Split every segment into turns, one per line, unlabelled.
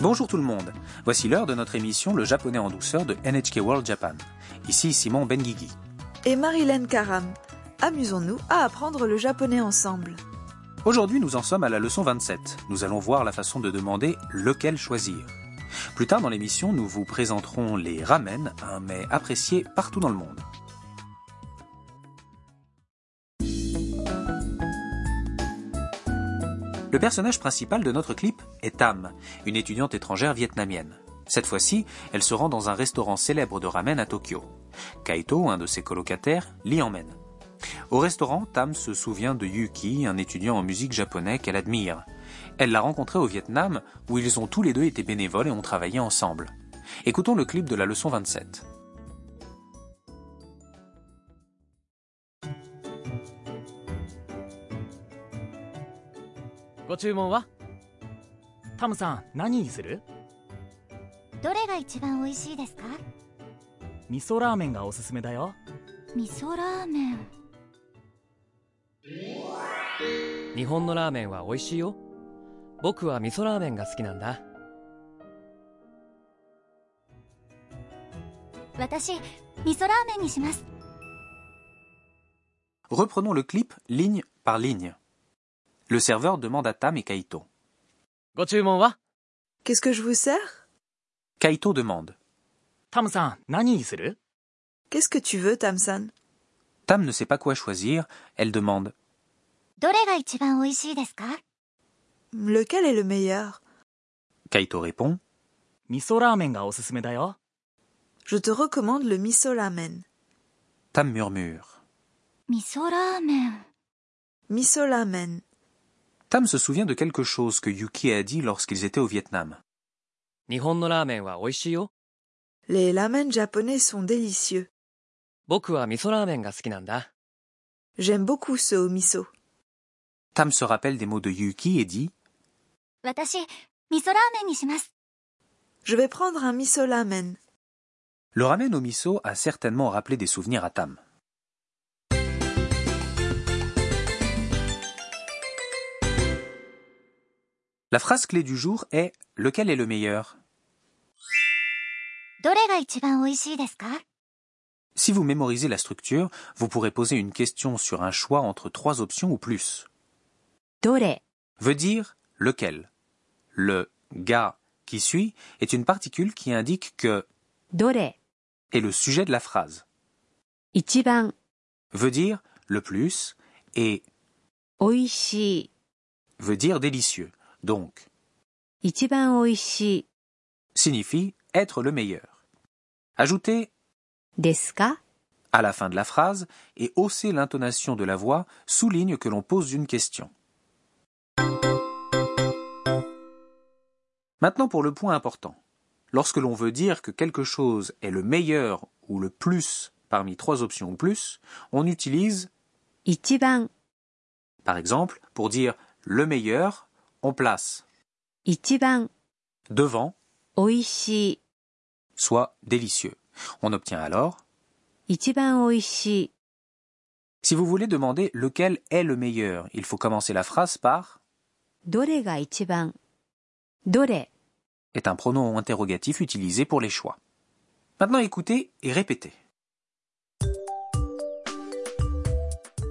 Bonjour tout le monde. Voici l'heure de notre émission Le japonais en douceur de NHK World Japan. Ici Simon Benguigui.
et Marilyn Karam. Amusons-nous à apprendre le japonais ensemble.
Aujourd'hui, nous en sommes à la leçon 27. Nous allons voir la façon de demander lequel choisir. Plus tard dans l'émission, nous vous présenterons les ramen, un mets apprécié partout dans le monde. Le personnage principal de notre clip est Tam, une étudiante étrangère vietnamienne. Cette fois-ci, elle se rend dans un restaurant célèbre de ramen à Tokyo. Kaito, un de ses colocataires, l'y emmène. Au restaurant, Tam se souvient de Yuki, un étudiant en musique japonais qu'elle admire. Elle l'a rencontré au Vietnam, où ils ont tous les deux été bénévoles et ont travaillé ensemble. Écoutons le clip de la leçon 27.
ご注文はタムさん何にする
どれが一番美味しいですか
味噌ラーメンがおすすめだよ
味噌ラーメン
日本のラーメンは美味しいよ僕は味噌ラーメンが好きなんだ
私味噌ラーメンにします
Reprenons le clip ligne par ligne. Le serveur demande à Tam et Kaito.
ご注文は
Qu'est-ce que je vous sers
Kaito demande.
タムさん何にする
Qu'est-ce que tu veux, Tamsan
Tam ne sait pas quoi choisir, elle demande.
どれが一番美味しいですか
Lequel est le meilleur
Kaito répond.
味噌ラーメンがおすすめだよ
Je te recommande le miso ramen.
Tam murmure.
味噌ラーメン
Miso ramen.
Tam se souvient de quelque chose que Yuki a dit lorsqu'ils étaient au Vietnam.
日本のラーメンは美味しいよ
Les ramen japonais sont délicieux.
僕は味噌ラーメンが好きなんだ
J'aime beaucoup ceux au miso.
Tam se rappelle des mots de Yuki et dit
私味噌ラーメンにします
Je vais prendre un miso ramen.
Le ramen au miso a certainement rappelé des souvenirs à Tam. La phrase clé du jour est Lequel est le meilleur
どれが一番美味しいですか
Si vous mémorisez la structure, vous pourrez poser une question sur un choix entre trois options ou plus.
どれ
Veut dire lequel. Le ga qui suit est une particule qui indique que
どれ
est le sujet de la phrase.
一番
Veut dire le plus et
美味しい
veut dire délicieux. Donc,
一番美味しい
signifie être le meilleur. Ajoutez
ですか
à la fin de la phrase et hausser l'intonation de la voix souligne que l'on pose une question. Maintenant pour le point important. Lorsque l'on veut dire que quelque chose est le meilleur ou le plus parmi trois options ou plus, on utilise,
一番
par exemple, pour dire le meilleur, on place
一番
devant,
美味しい
soit délicieux. On obtient alors
一番美味しい
Si vous voulez demander lequel est le meilleur, il faut commencer la phrase par
どれが一番どれ
est un pronom interrogatif utilisé pour les choix. Maintenant écoutez et répétez.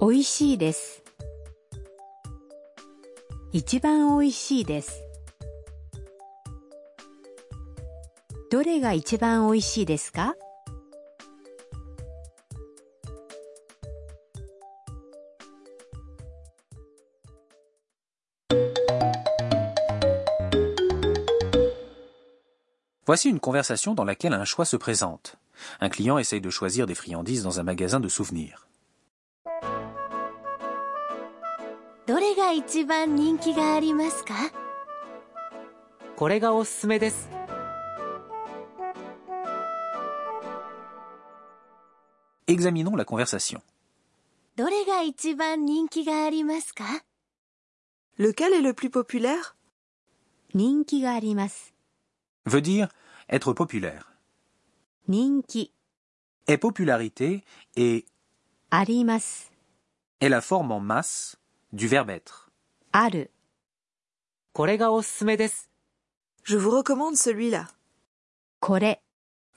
美味しいです一番美味しいですどれが一番美味しいですか
Voici une conversation dans laquelle un choix se présente. Un client essaye de choisir des friandises dans un magasin de souvenirs.
どれが一番人気がありますか
これがおすすめです
Examinons la conversation.
どれが一番人気がありますか
Lequel est le plus populaire
人気があります
Veut dire être populaire.
人気
Est popularité et
あります
est la forme en masse du verbe être.
ある
これがおすすめです
Je vous recommande celui-là.
これ、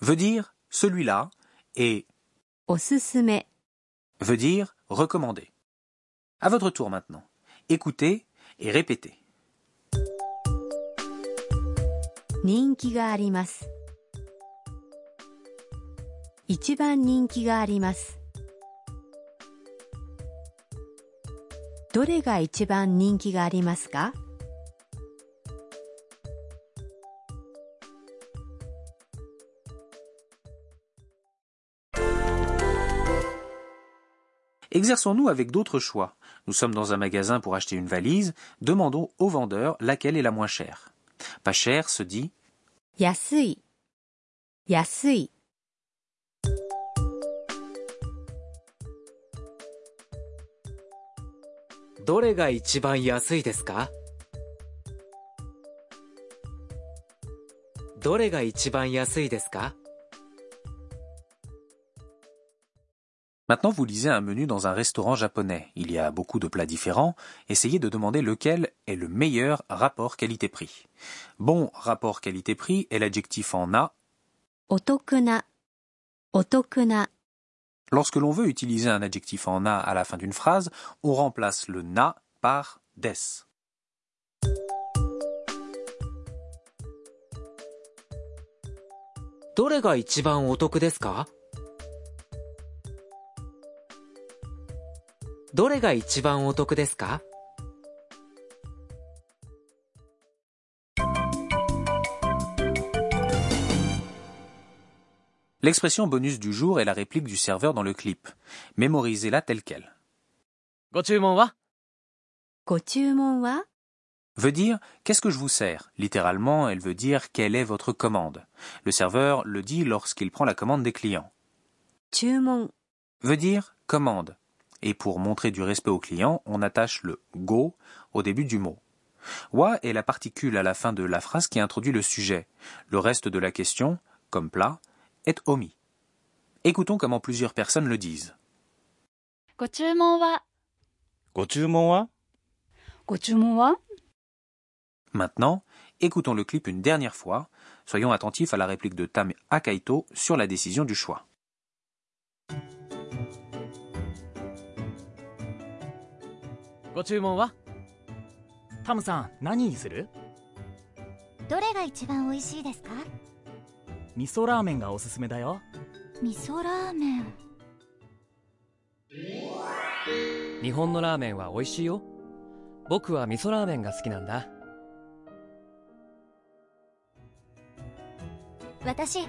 veut dire celui-là et
おすすめ、
veut dire recommander. À votre tour maintenant. Écoutez et répétez.
人気があります。一番人気があります。どれが一番人気がありますか
Exerçons-nous avec d'autres choix. Nous sommes dans un magasin pour acheter une valise, demandons au vendeur laquelle est la moins chère. Pas chère se dit
安い、安い。
どれが一番安いですかどれが一番安いですか
Maintenant, vous lisez un menu dans un restaurant japonais. Il y a beaucoup de plats différents. Essayez de demander lequel est le meilleur rapport qualité-prix. Bon rapport qualité-prix est l'adjectif en A
お得な、お得な、
Lorsque l'on veut utiliser un adjectif en a à la fin d'une phrase, on remplace le na par des.
「どれが一番お得ですか?」「どれが一番お得ですか?」
L'expression bonus du jour est la réplique du serveur dans le clip. Mémorisez-la telle quelle.
ご注文は
ご注文は
Veut dire qu'est-ce que je vous sers Littéralement, elle veut dire quelle est votre commande. Le serveur le dit lorsqu'il prend la commande des clients.
注文、
Veut dire commande. Et pour montrer du respect au client, on attache le go au début du mot. Wa est la particule à la fin de la phrase qui introduit le sujet. Le reste de la question, comme plat, est omis. Écoutons comment plusieurs personnes le disent.
ご注文は
ご注文は
ご注文は
Maintenant, écoutons le clip une dernière fois. Soyons attentifs à la réplique de Tam Akaito sur la décision du choix.
ご注文はタムさん何にする
どれが一番美味しいですか
味噌ラーメンがおすすめだよ
味噌ラーメン
日本のラーメンは美味しいよ僕は味噌ラーメンが好きなんだ
私味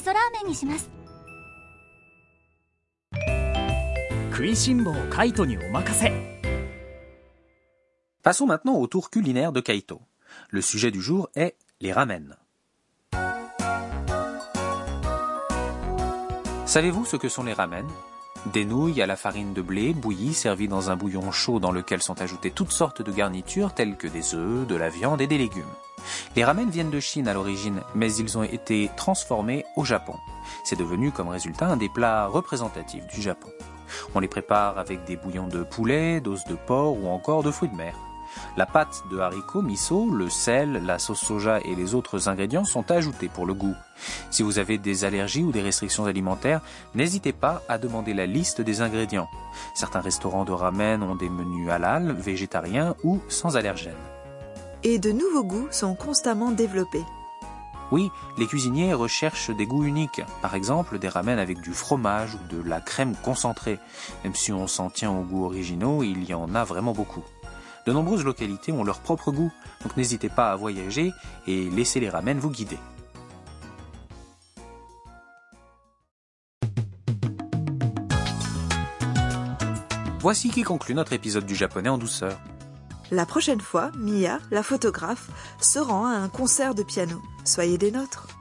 噌ラーメンにします
食いしん坊カイトにお任せ
Passons maintenant au tour culinaire de Kaito. Le sujet du jour est les ramen. Savez-vous ce que sont les ramen Des nouilles à la farine de blé bouillies servies dans un bouillon chaud dans lequel sont ajoutées toutes sortes de garnitures telles que des œufs, de la viande et des légumes. Les ramen viennent de Chine à l'origine, mais ils ont été transformés au Japon. C'est devenu comme résultat un des plats représentatifs du Japon. On les prépare avec des bouillons de poulet, d'os de porc ou encore de fruits de mer. La pâte de haricots, miso, le sel, la sauce soja et les autres ingrédients sont ajoutés pour le goût. Si vous avez des allergies ou des restrictions alimentaires, n'hésitez pas à demander la liste des ingrédients. Certains restaurants de ramen ont des menus halal, végétariens ou sans allergènes.
Et de nouveaux goûts sont constamment développés.
Oui, les cuisiniers recherchent des goûts uniques, par exemple des ramen avec du fromage ou de la crème concentrée. Même si on s'en tient aux goûts originaux, il y en a vraiment beaucoup. De nombreuses localités ont leur propre goût, donc n'hésitez pas à voyager et laissez les ramen vous guider. Voici qui conclut notre épisode du japonais en douceur.
La prochaine fois, Mia, la photographe, se rend à un concert de piano. Soyez des nôtres.